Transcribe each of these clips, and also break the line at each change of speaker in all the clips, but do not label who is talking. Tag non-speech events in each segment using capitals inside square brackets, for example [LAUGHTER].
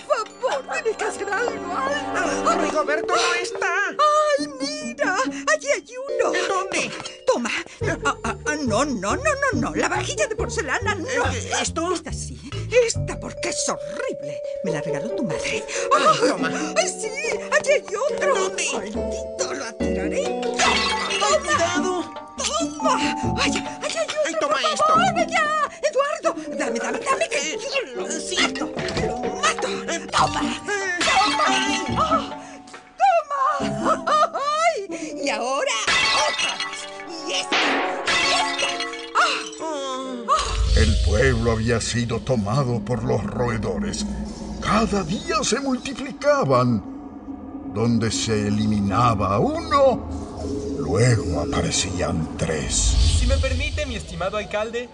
favor! ¡Tienes que hacer algo! algo.
Ah, Rigoberto no está.
¡Ay, mira! ¡Allí hay uno!
¿Dónde?
¡Toma! Ah, ah, ah, no, no, no, no, no. La vajilla de porcelana no.
Eh, ¿esto?
Esta sí. Esta porque es horrible. Me la regaló tu madre.
Ah,
¡Ay,
toma.
¡Ay, sí! ¡Allí hay otro!
¿Dónde?
¡Maldito! ¡Lo atiraré!
¡Ay, cuidado!
¡Toma! ¡Ay, ay, ay!
Ay,
otro, por
toma esto. Eh,
favor, ya! ¡Eduardo! ¡Dame, dame, dame! ¡Que yo lo
sí.
mato! ¡Lo mato! ¡Toma!
Eh,
¡Toma! ¡Oh! ¡Toma! ¡Ay! Y ahora, otra más. Y esta, y esta. ¡Ah!
El pueblo había sido tomado por los roedores. Cada día se multiplicaban. Donde se eliminaba a uno, luego aparecían tres.
Si me permite, mi estimado alcalde,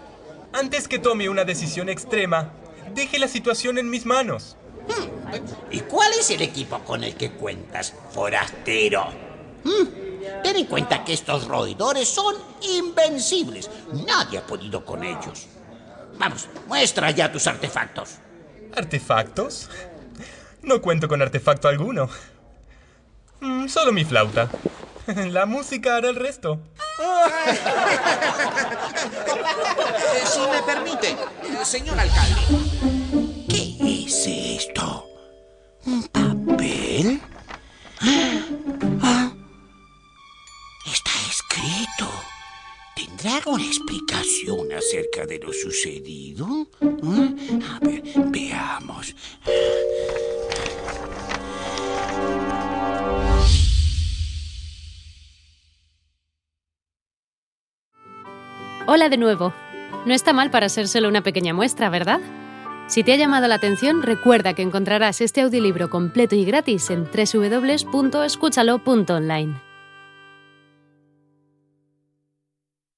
antes que tome una decisión extrema, deje la situación en mis manos.
¿Y cuál es el equipo con el que cuentas, forastero? Mm, Ten en cuenta que estos roedores son invencibles. Nadie ha podido con ellos. Vamos, muestra ya tus artefactos.
¿Artefactos? No cuento con artefacto alguno. Mm, Solo mi flauta. [LAUGHS] La música hará el resto.
Si me permite, eh, señor alcalde.
¿Qué es esto? ¿Un papel? Ah, ah. Está escrito. ¿Tendrá alguna explicación acerca de lo sucedido? ¿Ah? A ver, veamos.
Hola de nuevo. No está mal para ser solo una pequeña muestra, ¿verdad? Si te ha llamado la atención, recuerda que encontrarás este audiolibro completo y gratis en www.escúchalo.online.